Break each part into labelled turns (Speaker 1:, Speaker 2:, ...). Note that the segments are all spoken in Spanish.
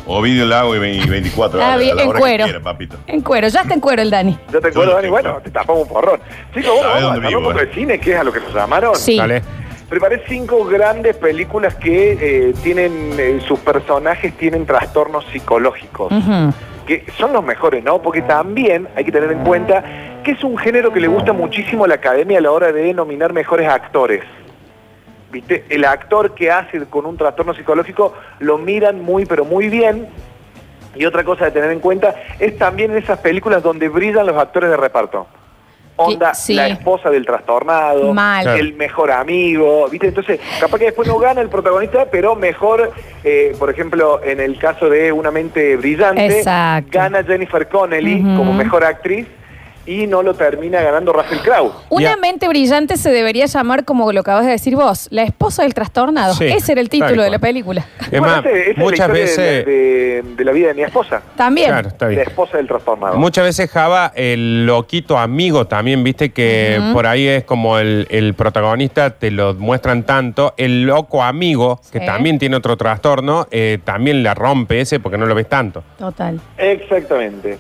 Speaker 1: Ovidio Lago y ve- y 24
Speaker 2: Está
Speaker 1: a la- a
Speaker 2: Ah, bien,
Speaker 1: la
Speaker 2: en
Speaker 1: hora que
Speaker 2: cuero.
Speaker 1: quiera, papito.
Speaker 2: En cuero, ya está en cuero el Dani.
Speaker 3: Yo te acuerdo,
Speaker 1: Yo
Speaker 3: Dani,
Speaker 1: tengo.
Speaker 3: bueno, te tapamos un porrón. Chicos, bueno,
Speaker 1: Sabés
Speaker 3: vamos a
Speaker 1: dónde
Speaker 3: hablar un
Speaker 1: vivo,
Speaker 3: poco
Speaker 1: eh.
Speaker 3: de cine, que es a lo que nos llamaron.
Speaker 2: Sí.
Speaker 4: Dale.
Speaker 3: Preparé cinco grandes películas que eh, tienen, eh, sus personajes tienen trastornos psicológicos,
Speaker 2: Ujú.
Speaker 3: que son los mejores, ¿no? Porque también hay que tener en cuenta que es un género que le gusta muchísimo a la academia a la hora de nominar mejores actores. ¿Viste? El actor que hace con un trastorno psicológico lo miran muy, pero muy bien. Y otra cosa de tener en cuenta es también en esas películas donde brillan los actores de reparto. Onda,
Speaker 2: Sí.
Speaker 3: la esposa del trastornado,
Speaker 2: Mal.
Speaker 4: Claro.
Speaker 3: el mejor amigo, ¿viste? Entonces, capaz que después no gana el protagonista, pero mejor, eh, por ejemplo, en el caso de Una mente brillante,
Speaker 2: Exacto.
Speaker 3: gana Jennifer Connelly
Speaker 2: Ujú.
Speaker 3: como mejor actriz y no lo termina ganando Russell Crowe.
Speaker 2: Una
Speaker 4: Ya.
Speaker 2: mente brillante se debería llamar como lo acabas de decir vos, la esposa del trastornado.
Speaker 4: Sí,
Speaker 2: Ese era el
Speaker 4: tal
Speaker 2: título de
Speaker 4: cual.
Speaker 2: la película.
Speaker 4: Es
Speaker 3: Bueno,
Speaker 4: más,
Speaker 3: ese- esa es la
Speaker 4: muchas
Speaker 3: historia
Speaker 4: veces.
Speaker 3: De, de- de la vida de mi esposa.
Speaker 2: También.
Speaker 4: Claro, está
Speaker 3: La
Speaker 4: bien.
Speaker 3: esposa del trastornado.
Speaker 4: Muchas veces Java, el loquito amigo también, viste que por ahí es como el, el protagonista, te lo muestran tanto. El loco amigo, que
Speaker 2: Sí.
Speaker 4: también tiene otro trastorno, eh, también la rompe ese porque no lo ves tanto.
Speaker 2: Total.
Speaker 3: Exactamente.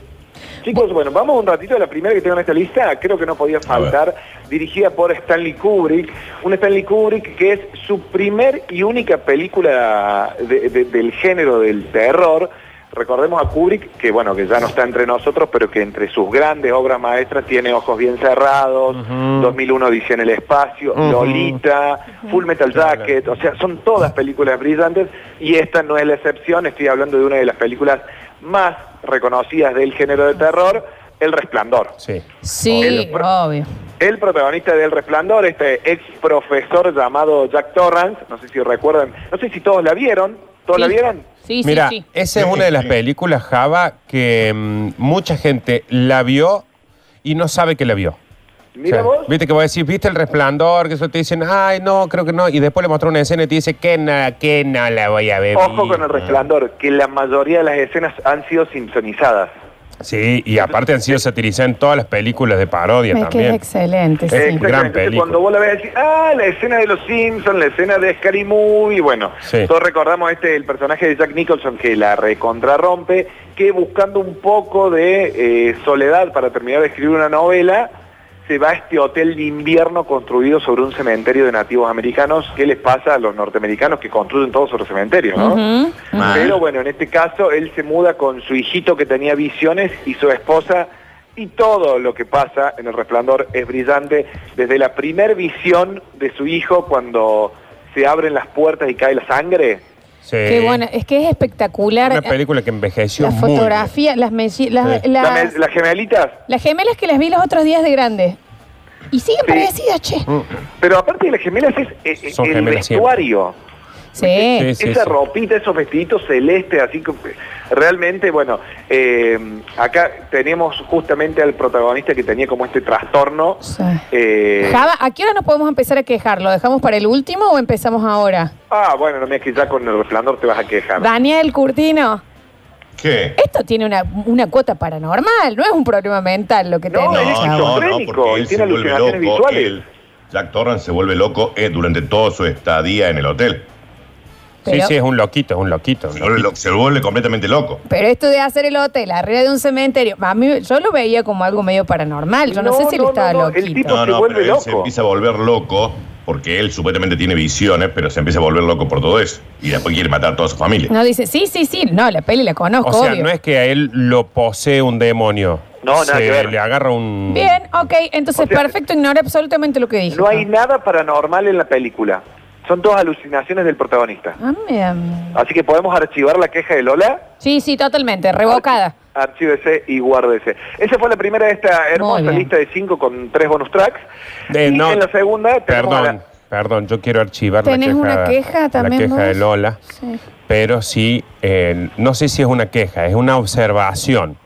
Speaker 3: Chicos, bueno, vamos un ratito a la primera que tengo en esta lista, creo que no podía faltar, dirigida por Stanley Kubrick, un Stanley Kubrick que es su primer y única película de- de- del género del terror. Recordemos a Kubrick, que bueno, que ya no está entre nosotros, pero que entre sus grandes obras maestras tiene Ojos bien cerrados, 2001 Odisea en el espacio, Lolita, Full Metal Jacket, o sea, son todas películas brillantes y esta no es la excepción, estoy hablando de una de las películas más reconocidas del género de terror, El Resplandor.
Speaker 4: Sí.
Speaker 2: Sí,
Speaker 3: El-
Speaker 2: obvio.
Speaker 3: El protagonista de El Resplandor, este ex profesor llamado Jack Torrance, no sé si recuerdan, no sé si todos la vieron, ¿todos la
Speaker 2: Sí.
Speaker 3: vieron?
Speaker 2: Sí,
Speaker 4: Mira,
Speaker 2: sí, sí.
Speaker 4: esa es una de las películas Java que mm, mucha gente la vio y no sabe que la vio. O sea,
Speaker 3: Mira vos.
Speaker 4: Viste que vos decís, viste el resplandor, que eso te dicen, ay, no, creo que no. Y después le mostró una escena y te dice, que no, que no la voy a ver.
Speaker 3: Ojo con el resplandor, que la mayoría de las escenas han sido simpsonizadas.
Speaker 4: Sí, y aparte han sido satirizadas en todas las películas de parodia
Speaker 2: Me queda
Speaker 4: también.
Speaker 2: excelente, sí.
Speaker 3: Eh,
Speaker 4: Exacto. gran
Speaker 3: Entonces,
Speaker 4: película.
Speaker 3: cuando vos la ves decís, ah, la escena de los Simpsons, la escena de Scary Movie, bueno,
Speaker 4: Sí.
Speaker 3: todos recordamos este el personaje de Jack Nicholson que la recontrarrompe, que buscando un poco de eh, soledad para terminar de escribir una novela, se va a este hotel de invierno construido sobre un cementerio de nativos americanos. ¿Qué les pasa a los norteamericanos que construyen todo sobre cementerio, no?
Speaker 2: Ujú.
Speaker 4: Ah.
Speaker 3: Pero bueno, en este caso él se muda con su hijito que tenía visiones y su esposa y todo lo que pasa en el resplandor es brillante desde la primer visión de su hijo cuando se abren las puertas y cae la sangre.
Speaker 4: Sí.
Speaker 2: Qué bueno, es que es espectacular.
Speaker 4: Una película que envejeció
Speaker 2: la
Speaker 4: muy bien.
Speaker 2: fotografía, las, melli- las,
Speaker 4: Sí.
Speaker 3: La me-
Speaker 2: las,
Speaker 3: Las, gemelitas.
Speaker 2: las gemelas que las vi los otros días de grande. Y siguen
Speaker 3: Sí.
Speaker 2: parecidas, che.
Speaker 4: Mm.
Speaker 3: Pero aparte de las gemelas es eh, eh,
Speaker 4: Son
Speaker 3: el
Speaker 4: gemelas siempre.
Speaker 3: vestuario.
Speaker 2: Sí.
Speaker 4: Sí, sí,
Speaker 3: Esa
Speaker 4: sí.
Speaker 3: ropita, esos vestiditos celestes, así que realmente, bueno, eh, acá tenemos justamente al protagonista que tenía como este trastorno.
Speaker 2: Sí.
Speaker 3: eh,
Speaker 2: Java, ¿a qué hora nos podemos empezar a quejar? ¿Lo dejamos para el último o empezamos ahora?
Speaker 3: Ah, bueno, no me es que ya con el resplandor te vas a quejar.
Speaker 2: Daniel Curtino,
Speaker 1: ¿Qué?
Speaker 2: esto tiene una, una cuota paranormal, no es un problema mental lo que
Speaker 3: No,
Speaker 2: tenés,
Speaker 3: él es
Speaker 2: Java.
Speaker 3: esquizofrénico, él tiene alucinaciones visuales.
Speaker 1: Él, Jack Torrance se vuelve loco eh, durante toda su estadía en el hotel.
Speaker 4: Sí,
Speaker 2: Pero-
Speaker 4: sí, es un loquito, es un loquito.
Speaker 1: Se vuelve, lo- se vuelve completamente loco.
Speaker 2: Pero esto de hacer el hotel arriba de un cementerio, a mí, yo lo veía como algo medio paranormal. Yo no,
Speaker 3: No,
Speaker 2: sé si él
Speaker 3: no,
Speaker 2: estaba
Speaker 3: no, no,
Speaker 2: loquito.
Speaker 3: el tipo-
Speaker 1: No,
Speaker 3: se
Speaker 1: no,
Speaker 3: vuelve
Speaker 1: pero él
Speaker 3: loco.
Speaker 1: se empieza a volver loco porque él supuestamente tiene visiones, pero se empieza a volver loco por todo eso. Y después quiere matar a toda su familia.
Speaker 2: No dice, sí, sí, sí, no, la peli la conozco,
Speaker 4: O sea,
Speaker 2: obvio.
Speaker 4: no es que a él lo posee un demonio.
Speaker 3: No, nada
Speaker 4: Se
Speaker 3: que ver.
Speaker 4: Le agarra un.
Speaker 2: Bien, ok, entonces
Speaker 3: O sea,
Speaker 2: perfecto, ignora absolutamente lo que dije.
Speaker 3: No hay nada paranormal en la película. Son todas alucinaciones del protagonista.
Speaker 2: Ah, mira, mira.
Speaker 3: Así que podemos archivar la queja de Lola.
Speaker 2: Sí, sí, totalmente, revocada.
Speaker 3: Archívese y guárdese. Esa fue la primera de esta hermosa
Speaker 2: bien.
Speaker 3: lista de cinco con tres bonus tracks.
Speaker 4: De-
Speaker 3: y
Speaker 4: Eh, no,
Speaker 3: en la segunda tenemos a
Speaker 4: Perdón,
Speaker 3: la-
Speaker 4: perdón, yo quiero archivar la
Speaker 2: ¿Tenés
Speaker 4: queja.
Speaker 2: una queja también
Speaker 4: La queja
Speaker 2: vos?
Speaker 4: de Lola.
Speaker 2: Sí.
Speaker 4: Pero sí, eh, no sé si es una queja, es una observación.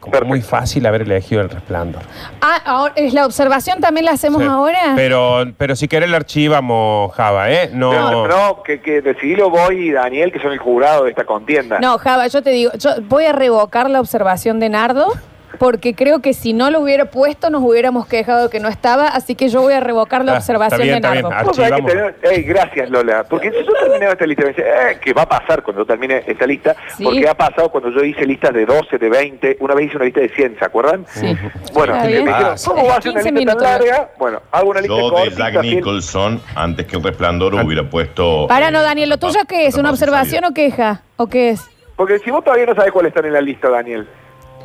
Speaker 4: Como
Speaker 3: Perfecto.
Speaker 4: muy fácil haber elegido el resplandor.
Speaker 2: Ah, ahora, ¿es la observación también la hacemos
Speaker 4: Sí.
Speaker 2: ahora?
Speaker 4: Pero, pero si querés la archivamos, Java, ¿eh?
Speaker 3: No, no, que, que decidilo vos y Daniel, que son el jurado de esta contienda.
Speaker 2: No, Java, yo te digo, yo voy a revocar la observación de Nardo porque creo que si no lo hubiera puesto nos hubiéramos quejado que no estaba, así que yo voy a revocar la
Speaker 4: Ah,
Speaker 2: observación
Speaker 4: está bien,
Speaker 2: de
Speaker 4: está bien.
Speaker 2: Nardo.
Speaker 3: Vos sabés que
Speaker 4: Archivamos.
Speaker 3: tenés- Ey, gracias Lola, porque si yo terminaba esta lista, me decía, eh, que va a pasar cuando yo termine esta lista,
Speaker 2: Sí.
Speaker 3: porque ha pasado cuando yo hice listas de 12, de 20, una vez hice una lista de 100, ¿se acuerdan?
Speaker 2: Sí.
Speaker 3: Bueno,
Speaker 2: Está
Speaker 3: me
Speaker 2: bien.
Speaker 3: dijeron,
Speaker 4: Ah, sí.
Speaker 3: ¿cómo va a ser una
Speaker 2: 15
Speaker 3: lista
Speaker 2: minutos.
Speaker 3: tan larga? Bueno, hago una lista
Speaker 1: Yo de
Speaker 3: cortita.
Speaker 1: Jack
Speaker 3: fiel.
Speaker 1: Nicholson, antes que el resplandor, hubiera puesto.
Speaker 2: Para
Speaker 1: eh,
Speaker 2: no, Daniel, ¿lo
Speaker 1: la
Speaker 2: tuyo
Speaker 1: paz-
Speaker 2: qué es?
Speaker 1: la
Speaker 2: ¿Una
Speaker 1: paz y
Speaker 2: observación
Speaker 1: salida.
Speaker 2: o queja? ¿O qué es?
Speaker 3: Porque si vos todavía no sabés cuáles están en la lista, Daniel.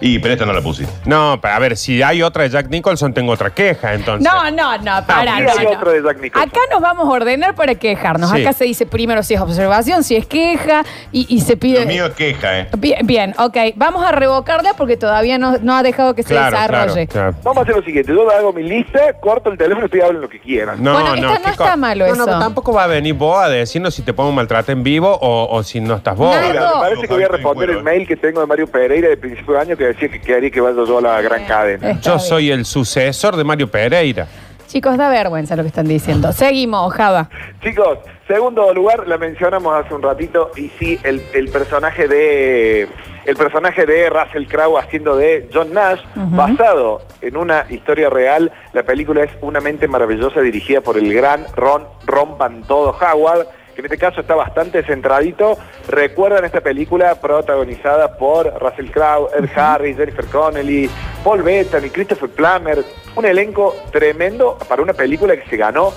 Speaker 1: Y, pero esta no la pusiste.
Speaker 4: No, pero a ver, si hay otra de Jack Nicholson, tengo otra queja, entonces.
Speaker 2: No, no, no,
Speaker 3: Ah,
Speaker 2: para.
Speaker 3: sí,
Speaker 2: no,
Speaker 3: hay
Speaker 2: no.
Speaker 3: otro de Jack Nicholson.
Speaker 2: Acá nos vamos a ordenar para quejarnos.
Speaker 4: Sí.
Speaker 2: Acá se dice primero si es observación, si es queja y, y se pide...
Speaker 1: Lo mío es queja, ¿eh?
Speaker 2: Bien, bien, ok. Vamos a revocarla porque todavía no, no ha dejado que se
Speaker 4: Claro, claro,
Speaker 2: desarrolle.
Speaker 4: claro.
Speaker 3: Vamos a hacer lo siguiente, yo hago mi lista, corto el teléfono y ustedes hablan lo que quieran.
Speaker 4: No,
Speaker 2: Bueno,
Speaker 4: no,
Speaker 2: esta no
Speaker 4: qué co-
Speaker 2: está malo
Speaker 4: No, no,
Speaker 2: eso.
Speaker 4: pero tampoco va a venir vos a decirnos si te podemos maltratar en vivo o, o si no estás vos.
Speaker 2: Nada.
Speaker 3: Mira, me parece que voy a responder el mail que tengo de Mario Pereira de principio de año que decía que quería que vaya yo a la
Speaker 2: Eh,
Speaker 3: gran cadena.
Speaker 2: Está
Speaker 4: Yo
Speaker 2: bien.
Speaker 4: soy el sucesor de Mario Pereira.
Speaker 2: Chicos, da vergüenza lo que están diciendo. Seguimos, Java.
Speaker 3: Chicos, segundo lugar, la mencionamos hace un ratito, y sí, el, el personaje de el personaje de Russell Crowe haciendo de John Nash, basado en una historia real. La película es Una mente maravillosa dirigida por el gran Ron Rompan Todo Howard, que en este caso está bastante centradito. Recuerdan esta película protagonizada por Russell Crowe, Ed Harris, Jennifer Connelly, Paul Bettany, Christopher Plummer. Un elenco tremendo para una película que se ganó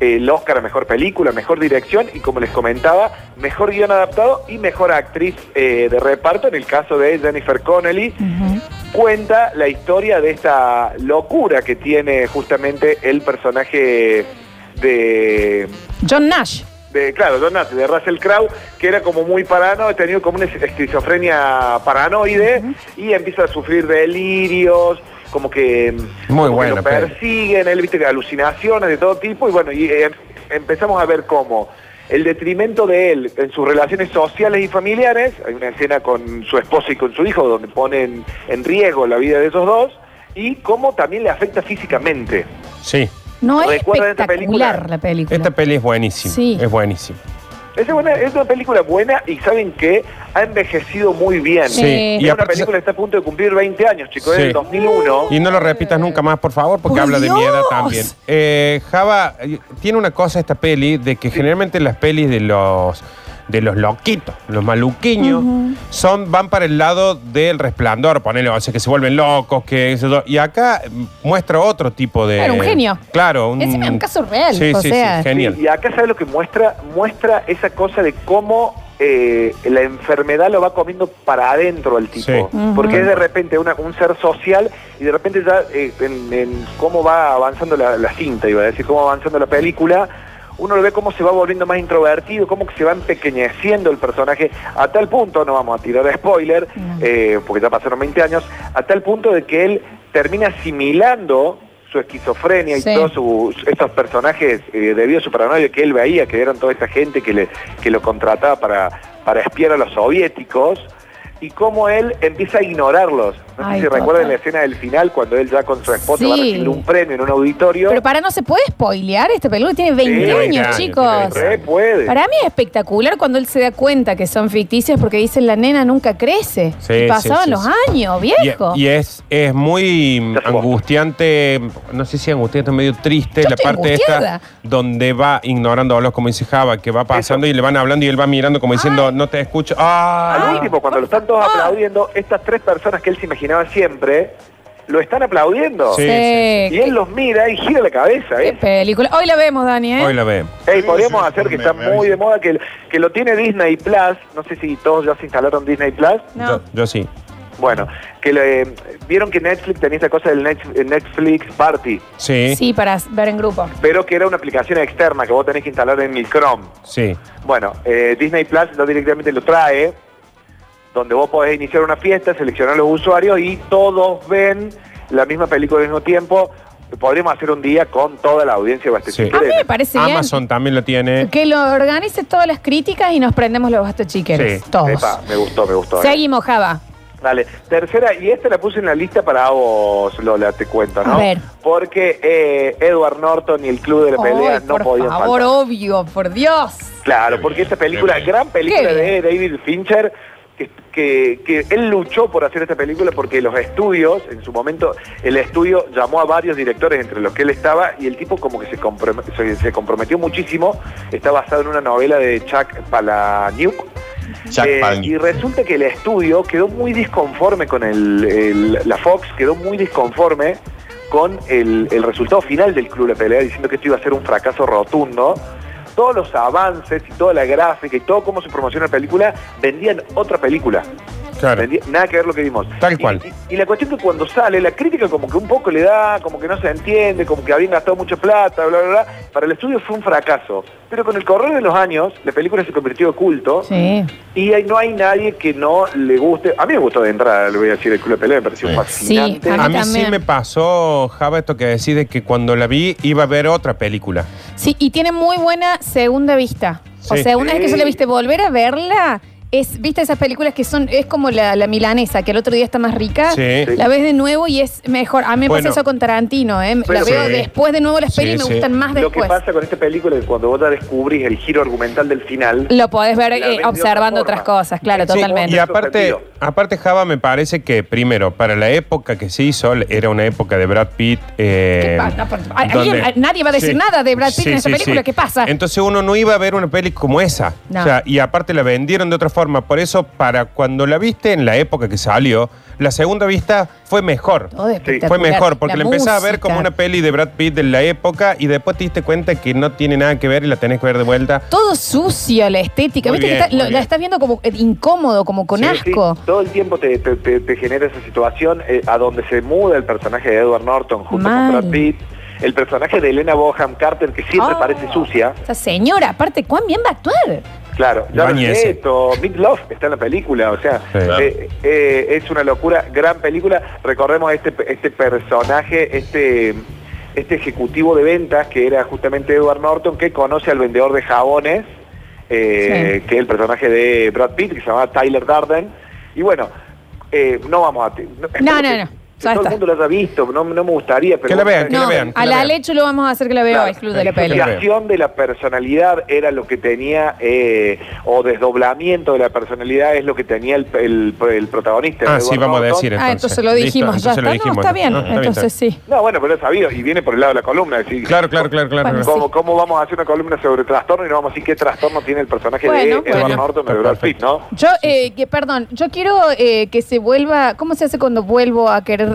Speaker 3: el Oscar a Mejor Película, Mejor Dirección y como les comentaba, Mejor Guión Adaptado y Mejor Actriz eh, de Reparto, en el caso de Jennifer Connelly, cuenta la historia de esta locura que tiene justamente el personaje de...
Speaker 2: John Nash.
Speaker 3: de claro, John Nash, de Russell Crowe, que era como muy paranoico, tenía como una esquizofrenia paranoide y empieza a sufrir delirios, como que... mm,
Speaker 4: Muy
Speaker 3: como que
Speaker 4: buena
Speaker 3: lo
Speaker 4: peli.
Speaker 3: siguen, él viste que alucinaciones de todo tipo y bueno, y eh, empezamos a ver cómo el detrimento de él en sus relaciones sociales y familiares, hay una escena con su esposa y con su hijo donde ponen en riesgo la vida de esos dos y cómo también le afecta físicamente.
Speaker 4: Sí.
Speaker 2: No es
Speaker 3: ¿Recuerdan esta
Speaker 2: espectacular
Speaker 3: película?
Speaker 2: la película.
Speaker 4: Esta peli es buenísima.
Speaker 2: Sí.
Speaker 4: Es buenísima.
Speaker 3: Es una, es una película buena y saben que ha envejecido muy bien.
Speaker 2: Sí. Y
Speaker 3: Es una
Speaker 4: aparte-
Speaker 3: película que está a punto de cumplir 20 años, chicos,
Speaker 4: Sí.
Speaker 3: es del 2001.
Speaker 4: Y no lo repitas nunca más, por favor, porque
Speaker 2: ¡Por
Speaker 4: habla de
Speaker 2: Dios!
Speaker 4: mierda también. Eh, Java, eh, tiene una cosa esta peli de que generalmente las pelis de los de los loquitos, los maluquiños, son, van para el lado del resplandor, ponele, o sea, que se vuelven locos, que eso, eso. y acá mm, muestra otro tipo de...
Speaker 2: Claro, un genio.
Speaker 4: Claro, un...
Speaker 2: Encima es un caso real,
Speaker 4: Sí,
Speaker 2: o
Speaker 4: sí,
Speaker 2: sea.
Speaker 4: sí, genial.
Speaker 3: Sí, y acá sabe lo que muestra, muestra esa cosa de cómo eh, la enfermedad lo va comiendo para adentro al tipo.
Speaker 4: Sí.
Speaker 3: Porque es de repente una- un ser social y de repente ya eh, en, en cómo va avanzando la, la cinta, iba a decir, cómo va avanzando la película. Uno lo ve cómo se va volviendo más introvertido, cómo que se va empequeñeciendo el personaje, a tal punto, no vamos a tirar spoiler, eh, porque ya pasaron 20 años, a tal punto de que él termina asimilando su esquizofrenia y
Speaker 2: Sí.
Speaker 3: todos sus- estos personajes eh, debido a su paranoia que él veía, que eran toda esta gente que, le, que lo contrataba para, para espiar a los soviéticos, y cómo él empieza a ignorarlos. No sé
Speaker 2: Ay,
Speaker 3: si recuerdan
Speaker 2: total.
Speaker 3: la escena del final, cuando él ya con su esposa va a
Speaker 2: Sí.
Speaker 3: recibir un premio en un auditorio.
Speaker 2: Pero para no se puede spoilear esta película, tiene 20
Speaker 3: Sí,
Speaker 2: años,
Speaker 4: 20 años,
Speaker 2: chicos.
Speaker 4: tiene 20
Speaker 3: Re puede.
Speaker 2: Para mí es espectacular cuando él se da cuenta que son ficticias porque dicen la nena nunca crece.
Speaker 4: Sí,
Speaker 2: y
Speaker 4: sí,
Speaker 2: pasaban
Speaker 4: sí,
Speaker 2: los
Speaker 4: sí.
Speaker 2: años,
Speaker 4: Y,
Speaker 2: viejo.
Speaker 4: y es, es muy
Speaker 3: Ya se
Speaker 4: angustiante, no sé si angustiante, medio triste,
Speaker 2: Yo
Speaker 4: la
Speaker 2: estoy
Speaker 4: parte
Speaker 2: angustiada.
Speaker 4: esta donde va ignorando a los, como dice Java, que va pasando y le van hablando y él va mirando como diciendo, no te escucho.
Speaker 3: Al
Speaker 4: ¡Ah!
Speaker 3: último, cuando lo están todos aplaudiendo, estas tres personas que él se imaginaba siempre, lo están aplaudiendo.
Speaker 4: Sí, sí, sí.
Speaker 3: Y él los mira y gira la cabeza.
Speaker 2: Qué
Speaker 3: ¿eh?
Speaker 2: película. Hoy la vemos, Dani, ¿eh?
Speaker 4: Hoy la vemos.
Speaker 3: Ey, podríamos
Speaker 1: Sí,
Speaker 3: hacer que
Speaker 1: me-
Speaker 3: está
Speaker 1: me
Speaker 3: muy
Speaker 1: avisa.
Speaker 3: de moda, que, que lo tiene Disney Plus. No sé si todos ya se instalaron Disney Plus.
Speaker 2: No.
Speaker 4: Yo, yo sí.
Speaker 3: Bueno, que le- vieron que Netflix tenía esa cosa del Net- Netflix Party,
Speaker 4: Sí, sí.
Speaker 2: Sí, para ver en grupo.
Speaker 3: pero que era una aplicación externa que vos tenés que instalar en el Chrome. Bueno, eh, Disney Plus no directamente lo trae, donde vos podés iniciar una fiesta, seleccionar los usuarios y todos ven la misma película al mismo tiempo. Podríamos hacer un día con toda la audiencia
Speaker 4: Sí.
Speaker 3: abastecida.
Speaker 2: A mí me parece bien.
Speaker 4: Amazon también lo tiene.
Speaker 2: Que lo organice todas las críticas y nos prendemos los bastos chiqueros.
Speaker 4: Sí.
Speaker 2: Todos.
Speaker 3: Epa, me gustó, me gustó.
Speaker 2: Seguimos, Java.
Speaker 3: Dale, tercera, y esta la puse en la lista para vos, Lola, te cuento, ¿no?
Speaker 2: A ver.
Speaker 3: Porque eh, Edward Norton y el Club de la Pelea
Speaker 2: Ay,
Speaker 3: no
Speaker 2: por
Speaker 3: podían
Speaker 2: favor, oh.
Speaker 3: faltar.
Speaker 2: obvio, por Dios.
Speaker 3: Claro,
Speaker 1: Qué
Speaker 3: porque
Speaker 1: bien,
Speaker 3: esta película,
Speaker 1: qué bien.
Speaker 3: gran película
Speaker 2: Qué
Speaker 3: de David Fincher, que, que, que él luchó por hacer esta película porque los estudios, en su momento, el estudio llamó a varios directores entre los que él estaba y el tipo como que se, comprom- se, se comprometió muchísimo. Está basado en una novela de Chuck Palahniuk.
Speaker 1: Jack
Speaker 3: Eh,
Speaker 1: Palin.
Speaker 3: y resulta que el estudio quedó muy disconforme con el, el- la Fox, quedó muy disconforme con el, el resultado final del Club de la Pelea, diciendo que esto iba a ser un fracaso rotundo. Todos los avances y toda la gráfica y todo cómo se promociona la película vendían otra película.
Speaker 4: Claro.
Speaker 3: Vendía- nada que ver lo que vimos.
Speaker 4: Tal
Speaker 3: Y-
Speaker 4: cual.
Speaker 3: Y, y la cuestión que cuando sale, la crítica como que un poco le da, como que no se entiende, como que habían gastado mucha plata, bla, bla, bla. Para el estudio fue un fracaso. Pero con el correr de los años, la película se convirtió en culto.
Speaker 2: Sí.
Speaker 3: Y hay- no hay nadie que no le guste. A mí me gustó de entrada, le voy a decir, el Club de Pelea me pareció
Speaker 1: Sí.
Speaker 2: Sí,
Speaker 3: fascinante.
Speaker 4: A mí sí
Speaker 2: también.
Speaker 4: me pasó, Java, esto que decís de que cuando la vi iba a ver otra película.
Speaker 2: Sí, y tiene muy buena segunda vista. O
Speaker 4: Sí.
Speaker 2: sea, una vez que yo la
Speaker 3: Sí.
Speaker 2: viste, volver a verla. Es, ¿Viste esas películas que son, es como la, la milanesa, que el otro día está más rica?
Speaker 4: Sí.
Speaker 2: La ves de nuevo y es mejor. A mí me
Speaker 4: Bueno.
Speaker 2: pasa eso con Tarantino, ¿eh? la
Speaker 3: Pero-
Speaker 2: veo
Speaker 4: Sí.
Speaker 2: después de nuevo las
Speaker 4: Sí,
Speaker 2: pelis y
Speaker 4: sí.
Speaker 2: me gustan más
Speaker 3: Lo que
Speaker 2: después.
Speaker 3: pasa con esta película es que cuando vos la descubrís el giro argumental del final,
Speaker 2: Lo podés ver
Speaker 3: La
Speaker 2: eh,
Speaker 3: ves de otra
Speaker 2: observando
Speaker 3: forma.
Speaker 2: otras cosas, claro,
Speaker 4: Sí,
Speaker 2: totalmente.
Speaker 4: Y aparte,
Speaker 3: Sentido.
Speaker 4: aparte, Java, me parece que primero, para la época que se hizo, era una época de Brad Pitt.
Speaker 2: ¿Qué
Speaker 4: eh,
Speaker 2: pasa? Por- ¿Alguien-
Speaker 4: donde-
Speaker 2: nadie va a decir nada de Brad Pitt en esta película? ¿Qué pasa?
Speaker 4: Entonces uno no iba a ver una peli como esa.
Speaker 2: No.
Speaker 4: O sea, y aparte la vendieron de otra forma. Por eso, para cuando la viste en la época que salió, la segunda vista fue mejor.
Speaker 2: Todo espectacular.
Speaker 4: Fue mejor, porque la, empezás a ver
Speaker 2: música.
Speaker 4: como una peli de Brad Pitt de la época y después te diste cuenta que no tiene nada que ver y la tenés que ver de vuelta.
Speaker 2: Todo sucio, la estética.
Speaker 4: Muy
Speaker 2: ¿Viste
Speaker 4: bien,
Speaker 2: que está-
Speaker 4: muy
Speaker 2: lo- la
Speaker 4: bien.
Speaker 2: estás viendo como eh, incómodo, como con
Speaker 3: Sí,
Speaker 2: asco?
Speaker 3: sí, todo el tiempo te, te- te- te genera esa situación eh, a donde se muda el personaje de Edward Norton junto
Speaker 2: Mal.
Speaker 3: con Brad Pitt, el personaje de Elena Boham Carter que siempre
Speaker 2: Oh.
Speaker 3: parece sucia.
Speaker 2: Esa señora, aparte, ¿cuán bien va a actuar?
Speaker 3: Claro, Jared
Speaker 4: Ibáñez.
Speaker 3: Leto, Big Love está en la película, o sea,
Speaker 4: Sí.
Speaker 3: eh, eh, es una locura, gran película. Recordemos este, este personaje, este, este ejecutivo de ventas que era justamente Edward Norton, que conoce al vendedor de jabones, eh, que es el personaje de Brad Pitt, que se llama Tyler Darden. Y bueno, eh, no vamos a... espero
Speaker 2: no,
Speaker 3: que-
Speaker 2: no,
Speaker 3: que
Speaker 2: ya
Speaker 3: todo
Speaker 2: está.
Speaker 3: el mundo lo haya visto, no, no me gustaría, pero...
Speaker 4: Que la vean, que la
Speaker 2: No,
Speaker 4: vean, que
Speaker 2: a
Speaker 4: la
Speaker 2: la
Speaker 4: vean.
Speaker 2: Lechu lo vamos a hacer que la vea
Speaker 3: Claro.
Speaker 2: el club de la
Speaker 4: Claro.
Speaker 2: peli.
Speaker 4: Claro.
Speaker 3: Ampliación de la personalidad era lo que tenía, eh, o desdoblamiento de la personalidad es lo que tenía el, el- el protagonista.
Speaker 4: Ah,
Speaker 3: Edward
Speaker 4: sí, vamos a
Speaker 3: Norton.
Speaker 4: decir entonces.
Speaker 2: Ah, entonces lo
Speaker 4: Listo,
Speaker 2: dijimos, ya
Speaker 4: entonces
Speaker 2: está.
Speaker 4: lo
Speaker 2: no,
Speaker 4: dijimos.
Speaker 2: está bien,
Speaker 4: Ah, está bien,
Speaker 2: entonces
Speaker 4: está
Speaker 2: sí.
Speaker 3: No, bueno, pero es sabido, y viene por el lado de la columna. es decir,
Speaker 4: Claro, claro, claro, claro.
Speaker 2: Bueno,
Speaker 3: ¿Cómo, cómo vamos a hacer una columna sobre trastorno y no vamos a decir qué trastorno tiene el personaje de
Speaker 2: Bueno,
Speaker 3: Edward
Speaker 2: bueno.
Speaker 3: Norton de Brad Pitt, no?
Speaker 2: Yo, eh, que, perdón, yo quiero eh, que se vuelva. ¿Cómo se hace cuando vuelvo a querer.?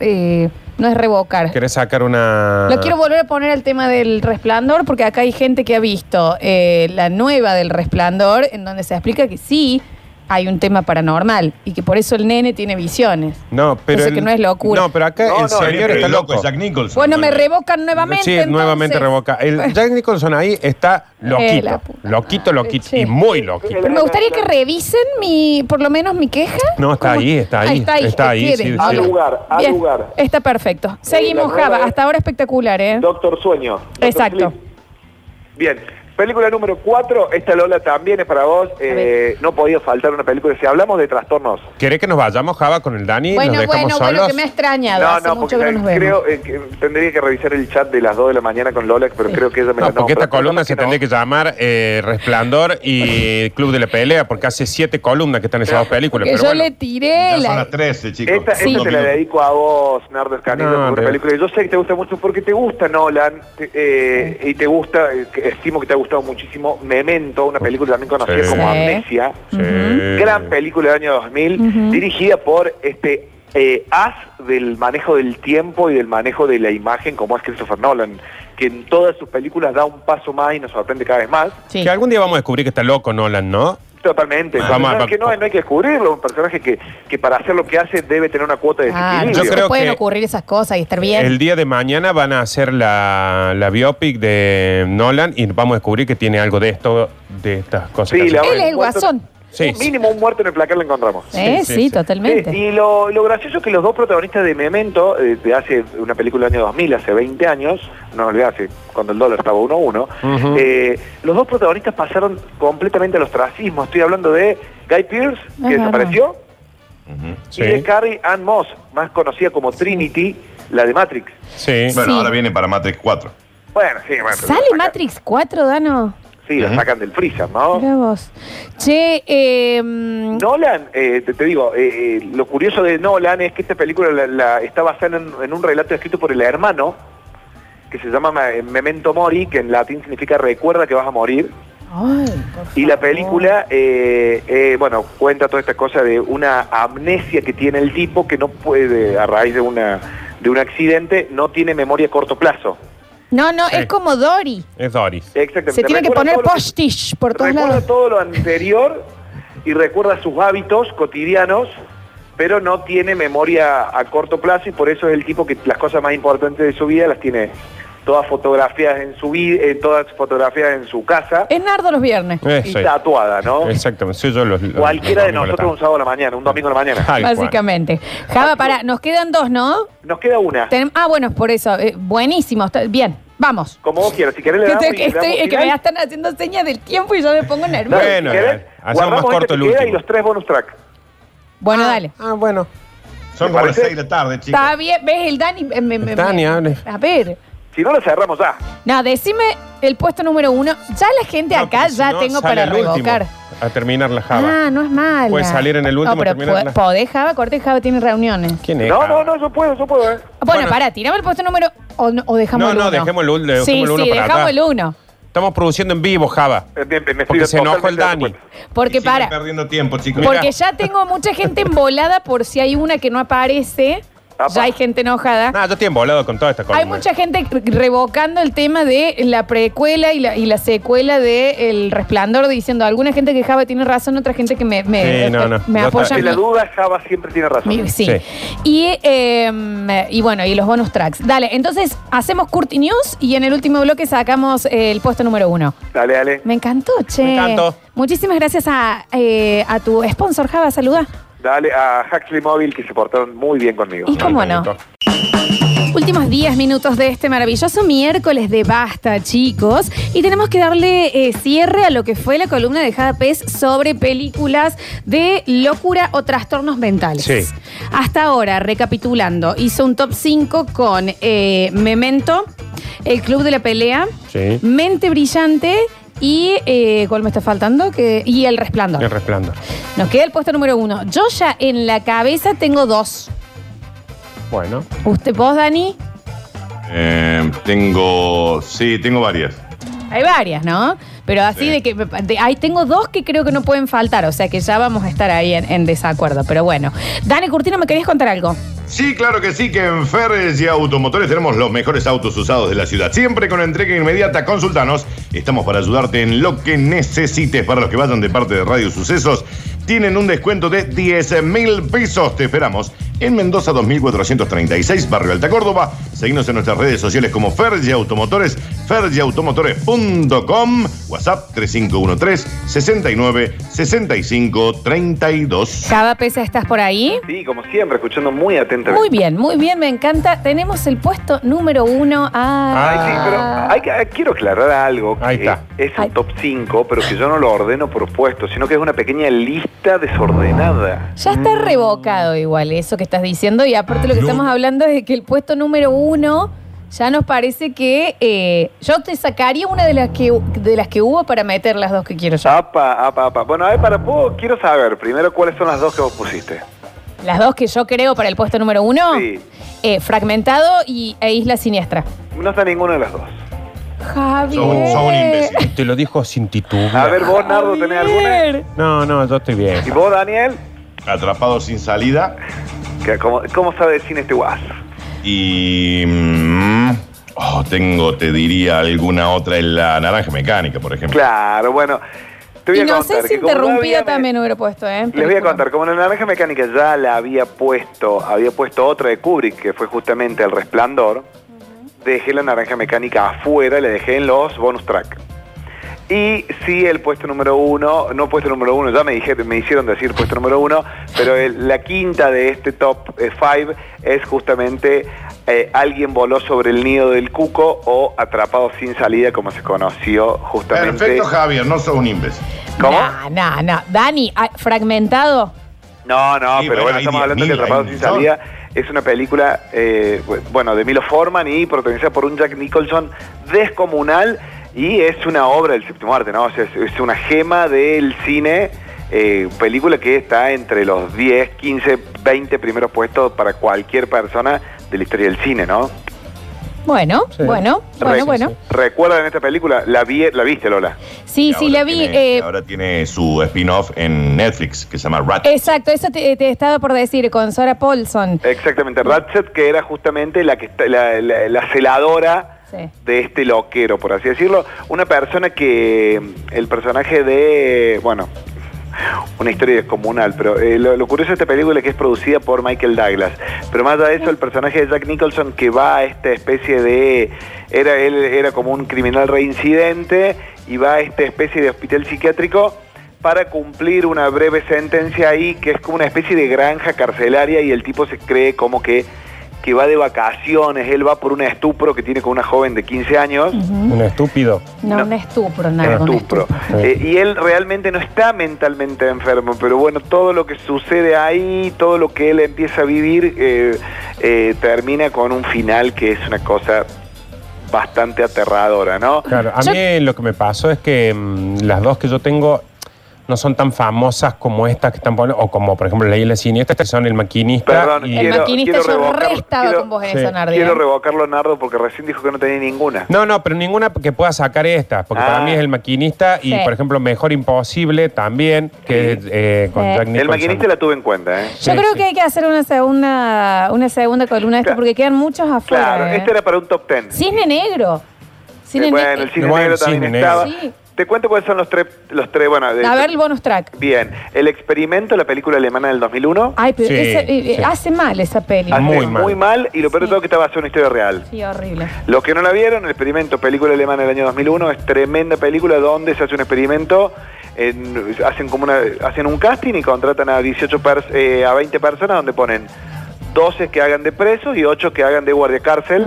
Speaker 2: eh, no es revocar.
Speaker 4: ¿Querés sacar una...?
Speaker 2: Lo quiero volver a poner al tema del resplandor, porque acá hay gente que ha visto eh, la nueva del resplandor, en donde se explica que sí hay un tema paranormal y que por eso el nene tiene visiones.
Speaker 4: No, pero...
Speaker 2: Yo sé que no es locura.
Speaker 4: No, pero acá
Speaker 3: No,
Speaker 4: el
Speaker 3: no,
Speaker 4: señor
Speaker 1: Pero
Speaker 4: está
Speaker 1: el
Speaker 4: loco.
Speaker 1: es Jack Nicholson.
Speaker 2: Bueno, me revocan nuevamente.
Speaker 4: sí, nuevamente
Speaker 2: entonces.
Speaker 4: revoca. El Jack Nicholson ahí está
Speaker 2: Eh,
Speaker 4: loquito.
Speaker 2: la puta
Speaker 4: loquito,
Speaker 2: madre,
Speaker 4: loquito.
Speaker 2: che.
Speaker 4: Y muy loquito.
Speaker 2: Pero me gustaría que revisen mi, por lo menos mi queja.
Speaker 4: No, está
Speaker 2: ¿Cómo?
Speaker 4: ahí, está
Speaker 2: Ah,
Speaker 4: ahí, está ahí,
Speaker 2: quiere.
Speaker 4: sí, sí.
Speaker 3: Al
Speaker 4: Bien.
Speaker 3: lugar, al
Speaker 2: Bien,
Speaker 3: lugar.
Speaker 2: Está perfecto. Seguimos,
Speaker 3: la nueva
Speaker 2: Java.
Speaker 3: es-
Speaker 2: Hasta ahora espectacular, ¿eh?
Speaker 3: Doctor Sueño. Doctor
Speaker 2: Exacto.
Speaker 3: Sleep. Bien. Película número 4, esta Lola también es para vos. eh, no podía faltar una película. Si hablamos de trastornos,
Speaker 4: ¿Querés que nos vayamos, Java, con el Dani?
Speaker 2: Bueno,
Speaker 4: ¿Nos dejamos
Speaker 2: bueno,
Speaker 4: solos?
Speaker 2: bueno, que me ha extrañado.
Speaker 3: No,
Speaker 2: Hace
Speaker 3: no,
Speaker 2: mucho
Speaker 3: porque
Speaker 2: que no nos vemos.
Speaker 3: creo eh, que tendría que revisar el chat de las 2 de la mañana con Lola, pero creo que ella me
Speaker 4: No,
Speaker 3: la
Speaker 4: porque
Speaker 3: nombra.
Speaker 4: esta columna se
Speaker 3: No.
Speaker 4: tendría que llamar eh, Resplandor y Club de la Pelea, porque hace siete columnas que están en esas dos películas.
Speaker 2: que yo
Speaker 4: Pero bueno,
Speaker 2: le tiré
Speaker 1: Ya son
Speaker 2: la.
Speaker 1: las 13, chicos.
Speaker 3: Esta,
Speaker 1: Son
Speaker 3: esta
Speaker 1: dos
Speaker 3: te la
Speaker 1: minutos.
Speaker 3: dedico a vos, Nardo Escanillo,
Speaker 4: No,
Speaker 3: por una
Speaker 4: Andrea.
Speaker 3: película que yo sé que te gusta mucho porque te gusta Nolan te- eh, y te gusta, eh, que estimo que te ha gustado muchísimo Memento, una película también conocida
Speaker 4: Sí.
Speaker 3: como
Speaker 2: Sí.
Speaker 3: Amnesia,
Speaker 4: sí.
Speaker 3: gran película del año 2000, dirigida por este eh, as del manejo del tiempo y del manejo de la imagen como es Christopher Nolan, que en todas sus películas da un paso más y nos sorprende cada vez más.
Speaker 2: Sí.
Speaker 4: Que algún día vamos a descubrir que está loco Nolan, ¿no?
Speaker 3: Totalmente.
Speaker 4: Vamos,
Speaker 3: Vamos,
Speaker 4: vamos.
Speaker 3: que no, no hay que descubrirlo. Un personaje que, que para hacer lo que hace debe tener una cuota de
Speaker 2: Ah,
Speaker 3: desequilibrio.
Speaker 2: no
Speaker 4: Yo
Speaker 2: se
Speaker 4: creo
Speaker 2: te pueden
Speaker 4: que
Speaker 2: ocurrir esas cosas y estar bien.
Speaker 4: El día de mañana van a hacer la, la biopic de Nolan y vamos a descubrir que tiene algo de esto, de estas cosas.
Speaker 3: Sí,
Speaker 4: que
Speaker 3: la-
Speaker 4: hace.
Speaker 2: Él es el guasón.
Speaker 4: Sí,
Speaker 3: Un
Speaker 4: sí.
Speaker 3: mínimo un muerto en el placar lo encontramos.
Speaker 2: Eh,
Speaker 4: sí,
Speaker 2: sí,
Speaker 4: sí.
Speaker 2: totalmente.
Speaker 3: Sí, y lo, lo gracioso es que los dos protagonistas de Memento, eh, de hace una película del año 2000, hace 20 años, no olvidé, hace cuando el dólar estaba 1-1,
Speaker 4: Ujú.
Speaker 3: eh, los dos protagonistas pasaron completamente al ostracismo. Estoy hablando de Guy Pearce, que
Speaker 2: verdad.
Speaker 3: desapareció,
Speaker 1: Ujú.
Speaker 4: Sí,
Speaker 3: y de Carrie Ann Moss, más conocida como Trinity, la de Matrix.
Speaker 4: sí.
Speaker 1: Bueno,
Speaker 2: Sí.
Speaker 1: ahora viene para Matrix 4.
Speaker 3: Bueno, sí, bueno. pero la
Speaker 2: ¿Sale
Speaker 3: sacan-
Speaker 2: Matrix 4, Dano?
Speaker 3: Sí, la sacan del freezer, ¿no?
Speaker 2: Mira vos. Che, eh, mm,
Speaker 3: Nolan, eh, te, te digo, eh, eh, lo curioso de Nolan es que esta película la- la- está basada en, en un relato escrito por el hermano, que se llama Ma- Memento Mori, que en latín significa recuerda que vas a morir.
Speaker 2: ay, por
Speaker 3: Y la
Speaker 2: favor.
Speaker 3: película, eh, eh, bueno, cuenta toda esta cosa de una amnesia que tiene el tipo que no puede, a raíz de, una, de un accidente, no tiene memoria a corto plazo.
Speaker 2: No, no,
Speaker 4: Sí.
Speaker 2: es como Dory.
Speaker 4: Es Doris.
Speaker 3: Exactamente.
Speaker 2: Se tiene que
Speaker 3: Recuerda
Speaker 2: poner
Speaker 3: todo lo que-
Speaker 2: postish por todos
Speaker 3: recuerda
Speaker 2: lados.
Speaker 3: todo lo anterior y recuerda sus hábitos cotidianos, pero no tiene memoria a corto plazo y por eso es el tipo que las cosas más importantes de su vida las tiene todas fotografías en su vida, todas fotografías en su casa
Speaker 2: Es Nardo los viernes.
Speaker 3: y
Speaker 4: Eso es.
Speaker 3: tatuada, ¿no?
Speaker 4: Eh, Exactamente. Soy yo los, los-
Speaker 3: Cualquiera
Speaker 4: los
Speaker 3: de
Speaker 4: domingos
Speaker 3: nosotros un sábado a la mañana, un domingo a la
Speaker 4: a la
Speaker 3: mañana.
Speaker 4: tarde. Tal cual.
Speaker 2: Básicamente. Java, para, nos quedan dos, ¿no?
Speaker 3: Nos queda una.
Speaker 2: Tenem- ah, bueno, por eso. eh, buenísimo. está- bien, vamos.
Speaker 3: Como vos quieras, si querés le
Speaker 2: Que,
Speaker 3: damos,
Speaker 2: estoy-
Speaker 3: y
Speaker 2: que
Speaker 3: le damos
Speaker 2: estoy- que me
Speaker 3: final.
Speaker 2: están haciendo señas del tiempo y yo me pongo
Speaker 3: Dale,
Speaker 2: nervioso.
Speaker 3: si
Speaker 4: Bueno,
Speaker 3: querés,
Speaker 4: dale. Hacemos
Speaker 3: guardamos
Speaker 4: más
Speaker 3: esta
Speaker 4: corto
Speaker 3: que
Speaker 4: el
Speaker 3: queda y
Speaker 4: último.
Speaker 3: los tres bonus track.
Speaker 2: Bueno, dale.
Speaker 4: Ah, bueno.
Speaker 1: Son
Speaker 3: ¿Te
Speaker 1: como las
Speaker 3: parece?
Speaker 1: 6 de la tarde, chicos.
Speaker 2: Está bien. ¿Ves el Dani? Eh, me- me- me-
Speaker 4: Dani, ah. hable.
Speaker 2: A ver.
Speaker 3: Si no, lo cerramos ya.
Speaker 2: No, decime el puesto número uno. Ya la gente
Speaker 4: No,
Speaker 2: acá
Speaker 4: porque si
Speaker 2: ya
Speaker 4: no,
Speaker 2: tengo
Speaker 4: sale
Speaker 2: para
Speaker 4: el último
Speaker 2: revocar.
Speaker 4: A terminar la java.
Speaker 2: Ah, no es mala.
Speaker 4: Puede salir en el último
Speaker 2: No, pero
Speaker 4: y terminar
Speaker 2: po-
Speaker 4: la-
Speaker 2: podés, Java, corte, Java tiene reuniones.
Speaker 4: ¿Quién es?
Speaker 3: No,
Speaker 4: Java?
Speaker 3: no, no, yo puedo, yo puedo. eh.
Speaker 2: Bueno,
Speaker 4: Bueno.
Speaker 2: pará, tirame el puesto número o, no- o dejamos
Speaker 4: No,
Speaker 2: el
Speaker 4: no,
Speaker 2: uno.
Speaker 4: dejemos el ul- dejemos
Speaker 2: Sí,
Speaker 4: el uno
Speaker 2: sí,
Speaker 4: para
Speaker 2: dejamos
Speaker 4: atrás.
Speaker 2: el uno.
Speaker 4: Estamos produciendo en vivo, Java.
Speaker 3: Eh, me- me- me
Speaker 4: Porque
Speaker 3: estoy
Speaker 4: se enojó el
Speaker 3: totalmente de
Speaker 4: Dani.
Speaker 3: acuerdo.
Speaker 2: Porque
Speaker 1: Y siguen
Speaker 2: para,
Speaker 1: perdiendo tiempo, chicos.
Speaker 2: porque ya tengo mucha gente embolada por si hay una que no aparece.
Speaker 3: Apa.
Speaker 2: Ya hay gente enojada.
Speaker 4: Nada, Ah, yo estoy embolado con toda esta cosa.
Speaker 2: Hay mucha gente revocando el tema de la precuela y la, y la secuela de El Resplandor, diciendo alguna gente que Java tiene razón, otra gente que me, me,
Speaker 4: Sí, no, no.
Speaker 2: me
Speaker 4: No
Speaker 2: apoya.
Speaker 4: está-
Speaker 2: a
Speaker 3: Si la
Speaker 2: mí.
Speaker 3: duda, Java siempre tiene razón.
Speaker 2: Mi- sí.
Speaker 4: Sí.
Speaker 2: Y, eh, y bueno, y los bonus tracks. Dale, entonces hacemos Curti News y en el último bloque sacamos eh, el puesto número uno.
Speaker 3: Dale, dale.
Speaker 2: Me encantó, che.
Speaker 4: Me encantó.
Speaker 2: Muchísimas gracias a, eh, a tu sponsor, Java. Saluda.
Speaker 3: Dale a Huxley Móvil que se portaron muy bien conmigo.
Speaker 2: Y cómo no. Últimos 10 minutos de este maravilloso miércoles de basta, chicos. Y tenemos que darle eh, cierre a lo que fue la columna de Jada Pez sobre películas de locura o trastornos mentales.
Speaker 4: Sí.
Speaker 2: Hasta ahora, recapitulando, hizo un top 5 con eh, Memento, El Club de la Pelea,
Speaker 4: Sí.
Speaker 2: Mente Brillante y. eh, ¿Cuál me está faltando? Que, y El Resplandor.
Speaker 4: El resplandor.
Speaker 2: Nos queda el puesto número uno. Yo ya en la cabeza tengo dos.
Speaker 4: Bueno.
Speaker 2: ¿Usted, vos, Dani?
Speaker 1: Eh, tengo. Sí, tengo varias.
Speaker 2: Hay varias, ¿no? Pero así
Speaker 1: Sí.
Speaker 2: de que. de- ahí tengo dos que creo que no pueden faltar, o sea que ya vamos a estar ahí en, en desacuerdo. Pero bueno. Dani Curtino, ¿me querías contar algo?
Speaker 1: Sí, claro que sí, que en Ferres y Automotores tenemos los mejores autos usados de la ciudad. Siempre con entrega inmediata, consultanos. Estamos para ayudarte en lo que necesites. Para los que vayan de parte de Radio Sucesos, tienen un descuento de 10 mil pesos. Te esperamos en Mendoza 2436, Barrio Alta Córdoba. Seguimos en nuestras redes sociales como Ferres y Automotores, ferresautomotores.com, WhatsApp 3513 69 65 32.
Speaker 2: Java Pesa, ¿estás por ahí?
Speaker 3: Sí, como siempre, escuchando muy atentamente.
Speaker 2: Muy bien, muy bien, me encanta. Tenemos el puesto número uno.
Speaker 3: Ay, sí, pero
Speaker 2: Ah,
Speaker 3: hay que- quiero aclarar algo.
Speaker 4: Ahí
Speaker 3: que
Speaker 4: está.
Speaker 3: Es
Speaker 2: Ay.
Speaker 3: un top 5, pero que yo no lo ordeno por puesto, sino que es una pequeña lista desordenada.
Speaker 2: Ya está revocado igual eso que estás diciendo. Y aparte lo que
Speaker 1: No.
Speaker 2: estamos hablando es de que el puesto número uno ya nos parece que eh, yo te sacaría una de las que de las que hubo para meter las dos que quiero
Speaker 3: Ah.
Speaker 2: yo.
Speaker 3: Apa, apa, apa. Bueno, a ver, para vos quiero saber primero cuáles son las dos que vos pusiste.
Speaker 2: Las dos que yo creo para el puesto número uno,
Speaker 3: Sí.
Speaker 2: eh, Fragmentado y, e Isla Siniestra.
Speaker 3: No está ninguna de las dos.
Speaker 2: Javier.
Speaker 1: Sos un- sos un imbécil.
Speaker 4: Te lo dijo sin titubear.
Speaker 3: A ver, vos, Nardo, tenés alguna.
Speaker 2: Javier.
Speaker 4: No, no, yo estoy bien.
Speaker 3: Y vos, Daniel,
Speaker 1: Atrapado sin salida.
Speaker 3: que como- ¿cómo sabe de cine este guas?
Speaker 1: Y. mm, oh, tengo, te diría, alguna otra en la naranja mecánica, por ejemplo.
Speaker 3: Claro, bueno. Te voy a contar
Speaker 2: Inocencia
Speaker 3: que como no
Speaker 2: interrumpida
Speaker 3: había-
Speaker 2: también hubiera puesto, ¿eh?
Speaker 3: Les voy a contar, como la naranja mecánica ya la había puesto, había puesto otra de Kubrick, que fue justamente El Resplandor, dejé la naranja mecánica afuera, la dejé en los bonus track. Y sí, el puesto número uno, no puesto número uno, ya me, dije, me hicieron decir puesto número uno, pero el- la quinta de este top 5 es justamente eh, Alguien voló sobre el nido del cuco o Atrapado sin salida, como se conoció justamente.
Speaker 1: Perfecto, Javier, no sos un imbécil.
Speaker 3: ¿Cómo?
Speaker 2: No, no, no. Dani, ah, fragmentado.
Speaker 3: No, no,
Speaker 1: Sí,
Speaker 3: pero
Speaker 1: bueno,
Speaker 3: bueno,
Speaker 1: hay
Speaker 3: estamos hablando de
Speaker 1: 10.000,
Speaker 3: que Atrapados
Speaker 1: hay
Speaker 3: sin
Speaker 1: un montón.
Speaker 3: salida es una película, eh, bueno, de Milo Forman y protagonizada por un Jack Nicholson descomunal y es una obra del séptimo arte, ¿no? O sea, es, es una gema del cine, eh, película que está entre los 10, 15, 20 primeros puestos para cualquier persona de la historia del cine, ¿no?
Speaker 2: Bueno,
Speaker 4: Sí.
Speaker 2: bueno,
Speaker 3: Re-
Speaker 2: bueno, bueno.
Speaker 3: ¿Recuerdan esta película? La, vi, la viste, Lola.
Speaker 2: Sí,
Speaker 1: Que
Speaker 2: sí,
Speaker 1: ahora
Speaker 2: la vi.
Speaker 1: tiene-
Speaker 2: eh,
Speaker 1: Ahora tiene su spin-off en Netflix que se llama Rat.
Speaker 2: exacto, eso te, te estaba por decir con Sora
Speaker 3: Eh,
Speaker 2: Paulson.
Speaker 3: Exactamente, Ratchet, que era justamente la, que está- la, la- la celadora
Speaker 2: Sí.
Speaker 3: de este loquero, por así decirlo. Una persona que mm, el personaje de, bueno, una historia descomunal, pero eh, lo, lo curioso de esta película es que es producida por Michael Douglas. Pero más allá de eso, el personaje de Jack Nicholson que va a esta especie de... Era, él era como un criminal reincidente y va a esta especie de hospital psiquiátrico para cumplir una breve sentencia ahí, que es como una especie de granja carcelaria y el tipo se cree como que, que va de vacaciones, él va por un estupro que tiene con una joven de 15 años.
Speaker 4: Un estúpido.
Speaker 2: No,
Speaker 3: No.
Speaker 2: un estupro,
Speaker 3: Era
Speaker 2: nada.
Speaker 3: estupro. Eh, y él realmente no está mentalmente enfermo, pero bueno, todo lo que sucede ahí, todo lo que él empieza a vivir, eh, eh, termina con un final que es una cosa bastante aterradora, ¿no?
Speaker 4: Claro, a
Speaker 2: Yo-
Speaker 4: mí lo que me pasó es que mm, las dos que yo tengo no son tan famosas como estas que están poniendo, o como por ejemplo la isla siniestra, que son el maquinista.
Speaker 3: Perdón,
Speaker 4: y-
Speaker 2: El
Speaker 3: Quiero-
Speaker 2: maquinista
Speaker 3: quiero
Speaker 2: yo
Speaker 3: revocar-
Speaker 2: re estaba
Speaker 3: quiero-
Speaker 2: con vos en
Speaker 4: sí,
Speaker 2: eso, Nardi.
Speaker 3: Quiero
Speaker 2: ¿eh?
Speaker 3: revocarlo, Nardo, porque recién dijo que no tenía ninguna.
Speaker 4: No, no, pero ninguna que pueda sacar estas, porque
Speaker 3: Ah.
Speaker 4: para mí es el maquinista y
Speaker 2: Sí.
Speaker 4: por ejemplo Mejor Imposible también, que eh, con
Speaker 2: Sí.
Speaker 4: Jack Nicholson.
Speaker 3: El maquinista la tuve en cuenta, ¿eh?
Speaker 2: Yo
Speaker 4: Sí,
Speaker 2: creo
Speaker 4: sí.
Speaker 2: que hay que hacer una segunda, una segunda columna de esto
Speaker 3: Claro.
Speaker 2: porque quedan muchos afuera.
Speaker 3: Claro,
Speaker 2: ¿eh?
Speaker 3: este era para un top ten.
Speaker 2: Cisne negro. Cisne
Speaker 3: Eh, bueno,
Speaker 2: negro.
Speaker 3: el cine
Speaker 4: Bueno,
Speaker 3: negro
Speaker 4: el
Speaker 3: también
Speaker 4: cine
Speaker 3: estaba.
Speaker 2: negro. Sí.
Speaker 3: Te cuento cuáles son los tres, los tres, bueno, de-
Speaker 2: A ver el bonus track.
Speaker 3: bien, El experimento, la película alemana del 2001.
Speaker 2: Ay, pero
Speaker 4: Sí,
Speaker 2: esa- eh, eh,
Speaker 4: sí.
Speaker 2: hace mal esa peli.
Speaker 3: Hace
Speaker 4: Muy
Speaker 3: muy
Speaker 4: mal.
Speaker 3: mal. y lo peor de
Speaker 2: Sí.
Speaker 3: todo que está basado en una historia real.
Speaker 2: Sí, horrible.
Speaker 3: Los que no la vieron, el experimento, película alemana del año 2001, es tremenda película donde se hace un experimento, en- hacen como una, hacen un casting y contratan a 18 pers- eh, a 20 personas donde ponen 12 que hagan de presos y 8 que hagan de guardia cárcel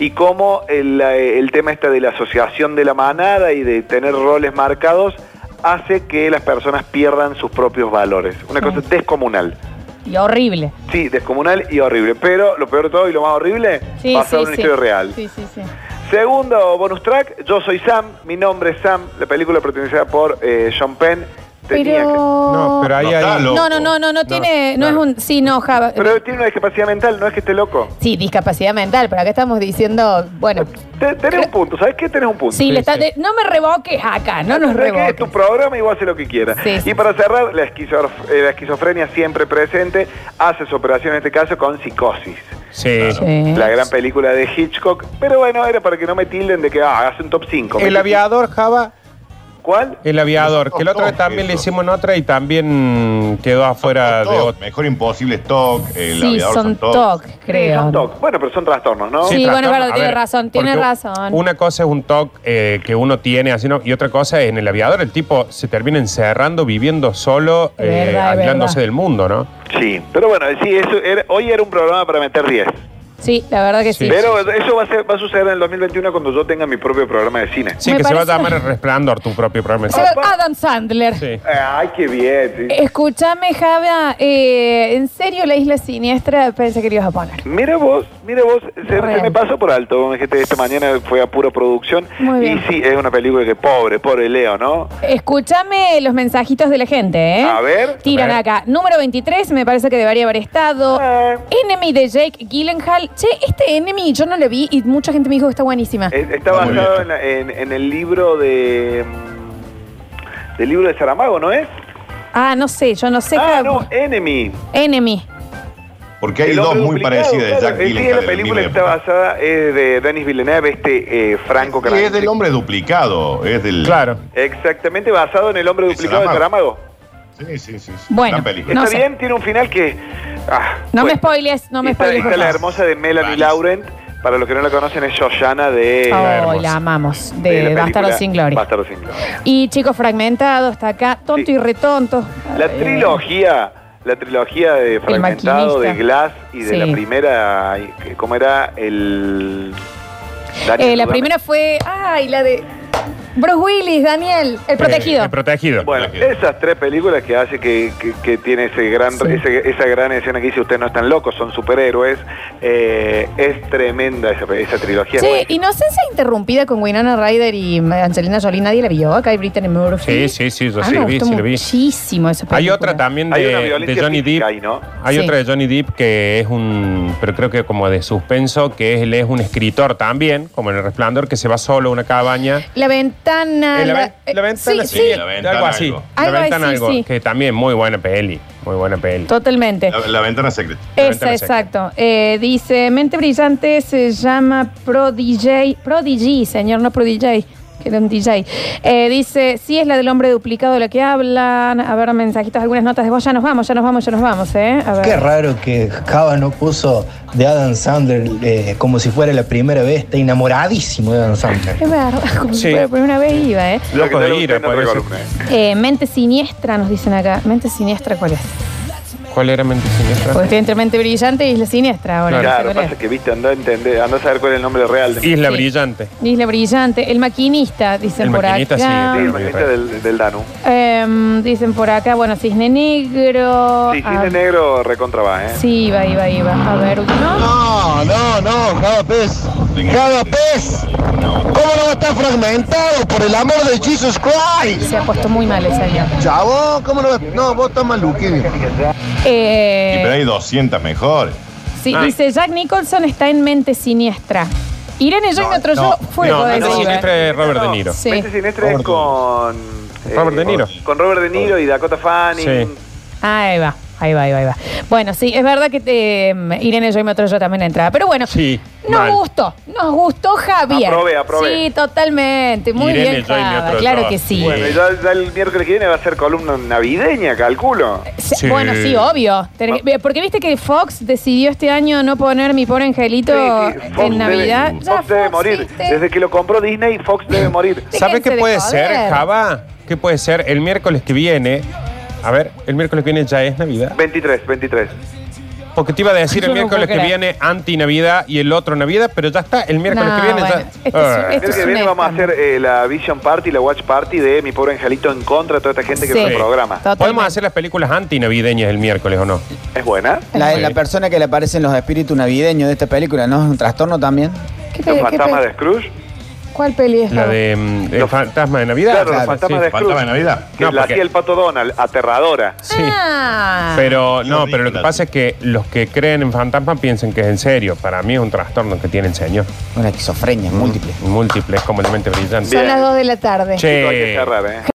Speaker 3: y cómo el, eh, el tema este de la asociación de la manada y de tener roles marcados hace que las personas pierdan sus propios valores. Una cosa descomunal.
Speaker 2: Y horrible.
Speaker 3: Sí, descomunal y horrible. Pero lo peor de todo y lo más horrible,
Speaker 2: Sí,
Speaker 3: basado en
Speaker 2: sí,
Speaker 3: una
Speaker 2: sí.
Speaker 3: historia real.
Speaker 2: Sí, sí, sí.
Speaker 3: Segundo bonus track, yo soy Sam, mi nombre es Sam, la película protagonizada por eh, Sean Penn. Tenía
Speaker 2: Pero...
Speaker 3: que-
Speaker 4: No, pero ahí
Speaker 1: No, está
Speaker 4: hay-
Speaker 1: loco.
Speaker 2: No, no, no, no, no tiene, no
Speaker 4: claro.
Speaker 2: es un, sí, no, Java.
Speaker 3: pero tiene una discapacidad mental, no es que esté loco.
Speaker 2: Sí, discapacidad mental, pero acá estamos diciendo, bueno,
Speaker 3: Te- tenés un punto, ¿sabes qué? Tenés un punto.
Speaker 2: sí, le
Speaker 4: sí,
Speaker 2: está-
Speaker 4: sí.
Speaker 2: de- no me revoques acá, no nos
Speaker 3: Sabés que Es
Speaker 2: revoques.
Speaker 3: tu programa y vos haces lo que quieras.
Speaker 2: Sí, sí.
Speaker 3: Y para cerrar, la, esquizof- eh, la esquizofrenia siempre presente hace su operación en este caso con psicosis.
Speaker 4: Sí.
Speaker 3: Ah,
Speaker 2: Sí.
Speaker 3: La gran película de Hitchcock. Pero bueno, era para que no me tilden de que ah, hace un top 5.
Speaker 4: El aviador, Java,
Speaker 3: ¿Cuál?
Speaker 4: el aviador, que el otro
Speaker 1: Todos
Speaker 4: también le
Speaker 1: esos.
Speaker 4: hicimos en otra y también quedó afuera Ah,
Speaker 3: Ah,
Speaker 4: de
Speaker 1: Toc,
Speaker 4: otra.
Speaker 1: Mejor imposible es Toc, el
Speaker 2: sí,
Speaker 1: aviador
Speaker 2: son
Speaker 1: toc.
Speaker 2: TOC, creo.
Speaker 3: Son TOC. Bueno, pero son trastornos, ¿no?
Speaker 2: Sí, bueno,
Speaker 4: trastorno.
Speaker 2: verdad,
Speaker 4: A
Speaker 2: tiene
Speaker 4: ver,
Speaker 2: razón, tiene
Speaker 4: porque
Speaker 2: razón.
Speaker 4: Una cosa es un TOC eh, que uno tiene, así no, y otra cosa es en el aviador, el tipo se termina encerrando, viviendo solo,
Speaker 2: Es
Speaker 4: eh,
Speaker 2: verdad, es
Speaker 4: aislándose
Speaker 2: verdad.
Speaker 4: del mundo, ¿no?
Speaker 3: Sí, pero bueno, sí, eso era- hoy era un programa para meter 10.
Speaker 2: Sí, la verdad que sí.
Speaker 4: Sí.
Speaker 3: Pero eso va a, ser- va a suceder en el 2021 cuando yo tenga mi propio programa de cine.
Speaker 4: Sí,
Speaker 2: Me
Speaker 4: que se va a
Speaker 2: parece-
Speaker 4: llamar el resplandor tu propio programa.
Speaker 2: Se va- Adam Sandler.
Speaker 4: Sí.
Speaker 3: Ah, Ay, qué bien.
Speaker 2: Eh.
Speaker 3: sí.
Speaker 2: Escúchame, Javia, eh, en serio la isla siniestra pensé que le ibas a poner.
Speaker 3: Mira vos, mira vos, se,
Speaker 2: Real.
Speaker 3: se me pasó por alto. Vos me dijiste, esta mañana fue a pura producción.
Speaker 2: Muy bien.
Speaker 3: Y sí, es una película que pobre, pobre Leo, ¿no?
Speaker 2: Escúchame los mensajitos de la gente, ¿eh?
Speaker 3: A ver.
Speaker 2: Tiran
Speaker 4: A ver.
Speaker 2: acá. Número 23, me parece que debería haber estado.
Speaker 3: Ah.
Speaker 2: Enemy de Jake Gyllenhaal. Che, este Enemy yo no lo vi y mucha gente me dijo que está buenísima.
Speaker 3: Es- Eh, Está
Speaker 1: Está muy
Speaker 3: basado
Speaker 1: bien.
Speaker 3: en, la- en- en el libro de. mm, Del libro de Saramago, ¿no es?
Speaker 2: Ah, no sé, yo no sé. Java.
Speaker 3: ah, no, Enemy.
Speaker 2: Enemy.
Speaker 1: Porque hay
Speaker 3: El
Speaker 1: dos
Speaker 3: hombre
Speaker 1: muy
Speaker 3: duplicado,
Speaker 1: parecidas de
Speaker 3: claro.
Speaker 1: Jack
Speaker 3: El día de
Speaker 1: Gyllenhaal.
Speaker 3: la
Speaker 1: del mismo
Speaker 3: película que está
Speaker 1: época.
Speaker 3: basada es de Denis Villeneuve, este eh, Franco
Speaker 1: Y es
Speaker 3: Grande.
Speaker 1: del hombre duplicado, es del...
Speaker 4: Claro.
Speaker 3: Exactamente, basado en el hombre
Speaker 1: De
Speaker 3: duplicado de
Speaker 1: Saramago.
Speaker 3: Saramago.
Speaker 1: Sí, sí, sí. sí.
Speaker 2: Bueno.
Speaker 1: Gran película.
Speaker 2: No
Speaker 3: Está
Speaker 2: sé.
Speaker 3: bien, tiene un final que... ah,
Speaker 2: No me
Speaker 3: bueno.
Speaker 2: spoiles, no me
Speaker 3: está,
Speaker 2: spoiles.
Speaker 3: está
Speaker 2: por
Speaker 3: la
Speaker 2: favor.
Speaker 3: hermosa de Melanie
Speaker 1: Vale.
Speaker 3: Laurent. Para los que no la conocen, es Shoshana de.
Speaker 2: Oh,
Speaker 4: hermosa.
Speaker 2: la amamos,
Speaker 3: de la
Speaker 2: de
Speaker 3: película
Speaker 2: Bastardo sin Gloria.
Speaker 3: Bastardos sin Gloria.
Speaker 2: Y chicos fragmentados, está acá, tonto
Speaker 3: Sí.
Speaker 2: y retonto.
Speaker 3: La
Speaker 2: Eh,
Speaker 3: trilogía. La trilogía de Fragmentado, de
Speaker 2: maquinista.
Speaker 3: Glass y de
Speaker 2: Sí.
Speaker 3: la primera. eh, ¿Cómo era? El. Daniel,
Speaker 2: eh, la
Speaker 3: ayúdame.
Speaker 2: primera fue, ay, la de Bruce Willis, Daniel, el
Speaker 4: Eh,
Speaker 2: protegido.
Speaker 4: el protegido.
Speaker 3: Bueno, esas tres películas que hace que, que- que tiene ese gran,
Speaker 2: Sí.
Speaker 3: ese- esa gran escena que dice ustedes no están locos, son superhéroes, eh, es tremenda esa, esa trilogía.
Speaker 2: Che,
Speaker 3: Buenísima.
Speaker 2: Inocencia interrumpida con Winona Ryder y Angelina Jolie, nadie la vio. Acá hay Brittany Murphy.
Speaker 4: Sí, sí, sí, yo
Speaker 2: Ah,
Speaker 4: sí
Speaker 2: me
Speaker 4: la vi,
Speaker 2: gustó
Speaker 4: sí la vi.
Speaker 2: muchísimo esa
Speaker 4: Hay
Speaker 2: película.
Speaker 4: otra también
Speaker 3: Hay una
Speaker 4: de,
Speaker 3: violencia
Speaker 4: de Johnny Depp.
Speaker 3: física ahí, ¿no?
Speaker 4: Hay
Speaker 2: Sí.
Speaker 4: otra de Johnny Depp que es un, pero creo que como de suspenso, que es- él es un escritor también, como en El Resplandor, que se va solo a una cabaña.
Speaker 2: La ventana.
Speaker 4: Eh, la, ven- la ventana,
Speaker 2: sí,
Speaker 4: sí,
Speaker 2: sí,
Speaker 1: la ventana,
Speaker 4: algo así.
Speaker 1: algo.
Speaker 4: La
Speaker 2: Algo
Speaker 4: ventana,
Speaker 2: así,
Speaker 4: algo,
Speaker 2: sí.
Speaker 4: que también muy buena peli, muy buena peli.
Speaker 2: totalmente.
Speaker 1: La, la ventana secreta.
Speaker 4: la
Speaker 2: Esa,
Speaker 4: ventana seca.
Speaker 2: exacto. Eh, dice, Mente Brillante se llama Pro DJ, Pro DJ, señor, no Pro DJ, que era un DJ. Eh, dice, sí, es la del hombre duplicado de la que hablan. A ver, mensajitos, algunas notas de vos. Ya nos vamos, ya nos vamos, ya nos vamos, ¿eh? A ver.
Speaker 5: Qué raro que Java no puso de Adam Sandler eh, como si fuera la primera vez. Está enamoradísimo de Adam Sandler.
Speaker 2: Qué bárbaro, como si
Speaker 4: Sí.
Speaker 2: fuera la primera vez iba, ¿eh?
Speaker 3: Lo que
Speaker 4: Locos
Speaker 3: tal,
Speaker 4: de ira,
Speaker 3: usted no
Speaker 4: podría ser.
Speaker 3: recolumna, ¿eh?
Speaker 2: Eh, Mente siniestra, nos dicen acá. Mente siniestra, ¿cuál es?
Speaker 4: ¿Cuál era Mente Siniestra?
Speaker 2: Porque estoy entre mente brillante y isla siniestra ahora. no sé
Speaker 3: Claro,
Speaker 2: cuál
Speaker 3: pasa que viste, anda a entender, anda a saber cuál es el nombre real. de-
Speaker 4: Isla
Speaker 2: Sí.
Speaker 4: Brillante.
Speaker 2: es. Isla brillante, el maquinista, dicen
Speaker 4: El
Speaker 2: por
Speaker 4: maquinista,
Speaker 2: acá.
Speaker 3: Sí, el maquinista del, del Danu.
Speaker 2: Em, dicen por acá, bueno, cisne negro.
Speaker 3: Sí,
Speaker 2: Ah,
Speaker 3: Cisne Negro recontra va, ¿eh?
Speaker 2: Sí, iba, iba, iba. A ver, ¿no?
Speaker 5: No, no, no, Java Pez.
Speaker 2: Este
Speaker 5: Java Pez.
Speaker 2: Eh.
Speaker 5: ¿Cómo no está fragmentado? Por el amor de Jesus Christ.
Speaker 2: Se ha puesto muy mal el señor.
Speaker 5: Chavo, ¿cómo no? No, vos estás maluquín.
Speaker 2: Eh,
Speaker 1: Sí, pero hay 200 mejores.
Speaker 2: sí,
Speaker 4: Ah.
Speaker 2: dice Jack Nicholson está en mente siniestra. Irene, yo y otro yo fue
Speaker 4: no,
Speaker 2: de
Speaker 4: Mente
Speaker 2: eso,
Speaker 4: Siniestra
Speaker 2: ¿eh?
Speaker 4: es Robert De
Speaker 3: No,
Speaker 4: Niro.
Speaker 2: Sí.
Speaker 3: Mente Siniestra es con... eh,
Speaker 4: Robert De Niro.
Speaker 3: Con Robert De Niro y Dakota Fanning.
Speaker 4: Sí.
Speaker 2: Ahí va, ahí va, ahí va, ahí va. Bueno, sí, es verdad que em, Irene, yo y otro yo también entraba. Pero bueno,
Speaker 4: Sí,
Speaker 2: nos
Speaker 4: mal.
Speaker 2: gustó, nos gustó Javier.
Speaker 3: Aprobé, aprobé.
Speaker 2: Sí, totalmente. Muy
Speaker 4: Irene,
Speaker 2: bien,
Speaker 4: yo y mi
Speaker 2: Java,
Speaker 4: otro
Speaker 2: Claro
Speaker 4: yo.
Speaker 2: que sí.
Speaker 3: Bueno, y ya, ya el miércoles que viene va a ser columna navideña, calculo.
Speaker 2: Sí,
Speaker 4: Sí. Ah.
Speaker 2: Bueno, sí, obvio. Tenés que- Porque viste que Fox decidió este año no poner mi pobre angelito
Speaker 3: Sí, sí, Fox
Speaker 2: en Navidad.
Speaker 3: Debe,
Speaker 2: Ya,
Speaker 3: Fox debe
Speaker 2: Fox,
Speaker 3: morir.
Speaker 2: viste.
Speaker 3: Desde que lo compró Disney, Fox debe morir.
Speaker 4: ¿Sabes qué
Speaker 2: de
Speaker 4: puede
Speaker 2: joder.
Speaker 4: ser, Java? ¿Qué puede ser? El miércoles que viene. A ver, el miércoles que viene ya es Navidad.
Speaker 3: 23, 23.
Speaker 4: Porque te iba a decir
Speaker 2: Yo no
Speaker 4: el miércoles
Speaker 2: puedo
Speaker 4: que
Speaker 2: creer.
Speaker 4: viene anti-Navidad y el otro Navidad, pero ya está, el miércoles
Speaker 2: No,
Speaker 4: que viene
Speaker 2: bueno,
Speaker 4: ya.
Speaker 2: este es-
Speaker 4: Ah.
Speaker 2: este
Speaker 3: El
Speaker 2: es
Speaker 3: que
Speaker 2: un
Speaker 3: viene vamos a hacer
Speaker 2: escándalo.
Speaker 3: eh, la Vision Party, la Watch Party de Mi Pobre Angelito en contra de toda esta gente que
Speaker 2: Sí.
Speaker 3: no lo programa.
Speaker 2: Totalmente.
Speaker 4: Podemos hacer las películas anti-navideñas el miércoles o no.
Speaker 3: ¿Es buena?
Speaker 6: La,
Speaker 4: Sí.
Speaker 6: la persona que le aparecen los espíritus navideños de esta película, ¿no? ¿Es un trastorno también?
Speaker 2: ¿Qué pe-
Speaker 3: ¿Los
Speaker 2: qué
Speaker 3: fantasmas
Speaker 2: pe-
Speaker 3: de Scrooge?
Speaker 2: ¿Cuál peli es?
Speaker 4: La
Speaker 2: Java?
Speaker 4: de mm, el
Speaker 3: Los-
Speaker 4: fantasma de Navidad.
Speaker 3: Claro, los
Speaker 6: claro,
Speaker 3: fantasmas
Speaker 4: sí.
Speaker 3: de Scrooge.
Speaker 1: Fantasma de Navidad.
Speaker 3: Que
Speaker 4: No,
Speaker 3: la
Speaker 4: porque-
Speaker 3: hacía el pato Donald, aterradora.
Speaker 4: Sí.
Speaker 2: Ah.
Speaker 4: Pero no, pero
Speaker 1: Qué
Speaker 4: lo que
Speaker 1: ridícula.
Speaker 4: pasa es que los que creen en fantasmas piensan que es en serio. Para mí es un trastorno que tiene el señor.
Speaker 6: Una esquizofrenia múltiple.
Speaker 4: Múltiple, es como la mente brillante.
Speaker 2: Son
Speaker 3: bien.
Speaker 2: las 2 de la tarde.
Speaker 3: Esto hay que cerrar, ¿eh?